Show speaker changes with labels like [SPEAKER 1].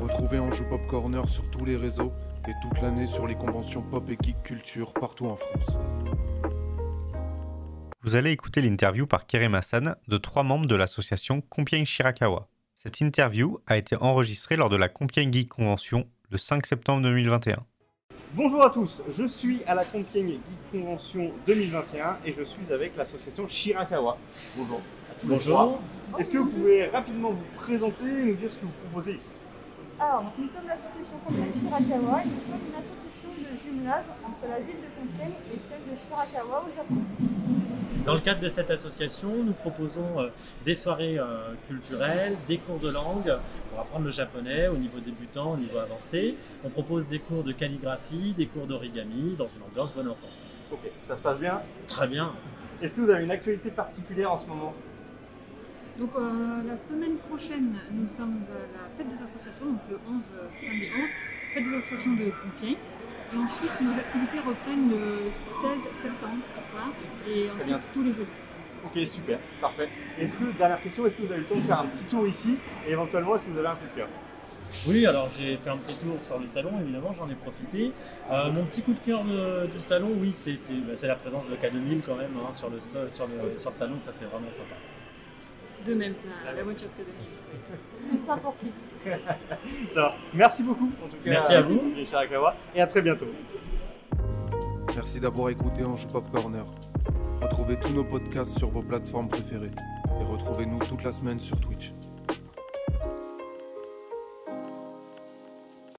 [SPEAKER 1] Retrouvez Anjou Pop Corner sur tous les réseaux et toute l'année sur les conventions pop et geek culture partout en France.
[SPEAKER 2] Vous allez écouter l'interview par Kerem Hassan de trois membres de l'association Compiègne Shirakawa. Cette interview a été enregistrée lors de la Compiègne Geek Convention le 5 septembre 2021.
[SPEAKER 3] Bonjour à tous, je suis à la Compiègne Geek Convention 2021 et je suis avec l'association Shirakawa. Bonjour. à tous les trois. Est-ce que vous pouvez rapidement vous présenter et nous dire ce que vous proposez ici
[SPEAKER 4] Alors, donc, nous sommes l'association Compiègne Shirakawa et nous sommes une association de jumelage entre la ville de Compiègne et celle de Shirakawa au Japon.
[SPEAKER 5] Dans le cadre de cette association, nous proposons euh, des soirées euh, culturelles, des cours de langue pour apprendre le japonais au niveau débutant, au niveau avancé. On propose des cours de calligraphie, des cours d'origami dans une ambiance bon enfant.
[SPEAKER 3] Ok, ça se passe bien.
[SPEAKER 5] Très bien.
[SPEAKER 3] Est-ce que vous avez une actualité particulière en ce moment
[SPEAKER 6] Donc euh, la semaine prochaine, nous sommes à la fête des associations, donc le 11, euh, samedi 11, fête des associations de Compiègne. Et ensuite, nos activités reprennent le 16 septembre au soir et ensuite
[SPEAKER 3] bien.
[SPEAKER 6] tous les jeudis.
[SPEAKER 3] Ok, super, parfait. Est-ce que, dernière question, est-ce que vous avez le temps de faire un petit tour ici et éventuellement, est-ce que vous avez un coup de cœur
[SPEAKER 5] Oui, alors j'ai fait un petit tour sur le salon, évidemment, j'en ai profité. Euh, mon petit coup de cœur de- du salon, oui, c'est c'est- bah, c'est la présence de K2000 quand même hein, sur, le, sto- sur, le, sur le salon, ça c'est vraiment sympa.
[SPEAKER 6] De même, la, la voiture que de
[SPEAKER 4] Tout ça pour Kit.
[SPEAKER 3] Ça va. Merci beaucoup, en tout cas.
[SPEAKER 5] Merci à vous.
[SPEAKER 3] Olivier Charakawa, Et à très bientôt.
[SPEAKER 1] Merci d'avoir écouté Anjou Pop Corner. Retrouvez tous nos podcasts sur vos plateformes préférées et retrouvez-nous toute la semaine sur Twitch.